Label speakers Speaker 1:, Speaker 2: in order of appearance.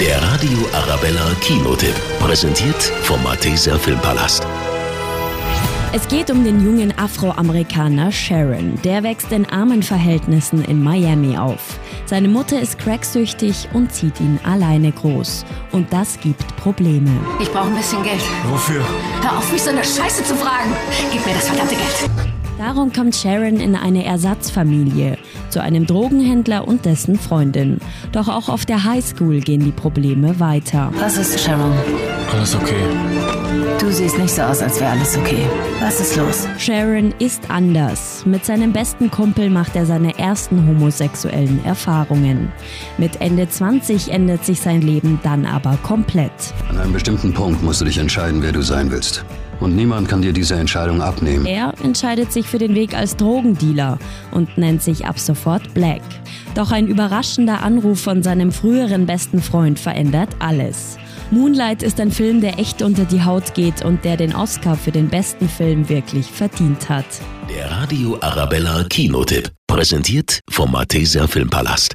Speaker 1: Der Radio Arabella Kinotipp. Präsentiert vom Malteser Filmpalast.
Speaker 2: Es geht um den jungen Afroamerikaner Sharon. Der wächst in armen Verhältnissen in Miami auf. Seine Mutter ist cracksüchtig und zieht ihn alleine groß. Und das gibt Probleme.
Speaker 3: Ich brauche ein bisschen Geld.
Speaker 4: Wofür?
Speaker 3: Hör auf, mich so eine Scheiße zu fragen. Gib mir das verdammte Geld.
Speaker 2: Darum kommt Sharon in eine Ersatzfamilie zu einem Drogenhändler und dessen Freundin. Doch auch auf der Highschool gehen die Probleme weiter.
Speaker 5: Was ist, Sharon?
Speaker 4: Alles okay.
Speaker 5: Du siehst nicht so aus, als wäre alles okay. Was ist los?
Speaker 2: Sharon ist anders. Mit seinem besten Kumpel macht er seine ersten homosexuellen Erfahrungen. Mit Ende 20 ändert sich sein Leben dann aber komplett.
Speaker 6: An einem bestimmten Punkt musst du dich entscheiden, wer du sein willst. Und niemand kann dir diese Entscheidung abnehmen.
Speaker 2: Er entscheidet sich für den Weg als Drogendealer und nennt sich ab sofort Black. Doch ein überraschender Anruf von seinem früheren besten Freund verändert alles. Moonlight ist ein Film, der echt unter die Haut geht und der den Oscar für den besten Film wirklich verdient hat.
Speaker 1: Der Radio Arabella Kinotipp. Präsentiert vom Malteser Filmpalast.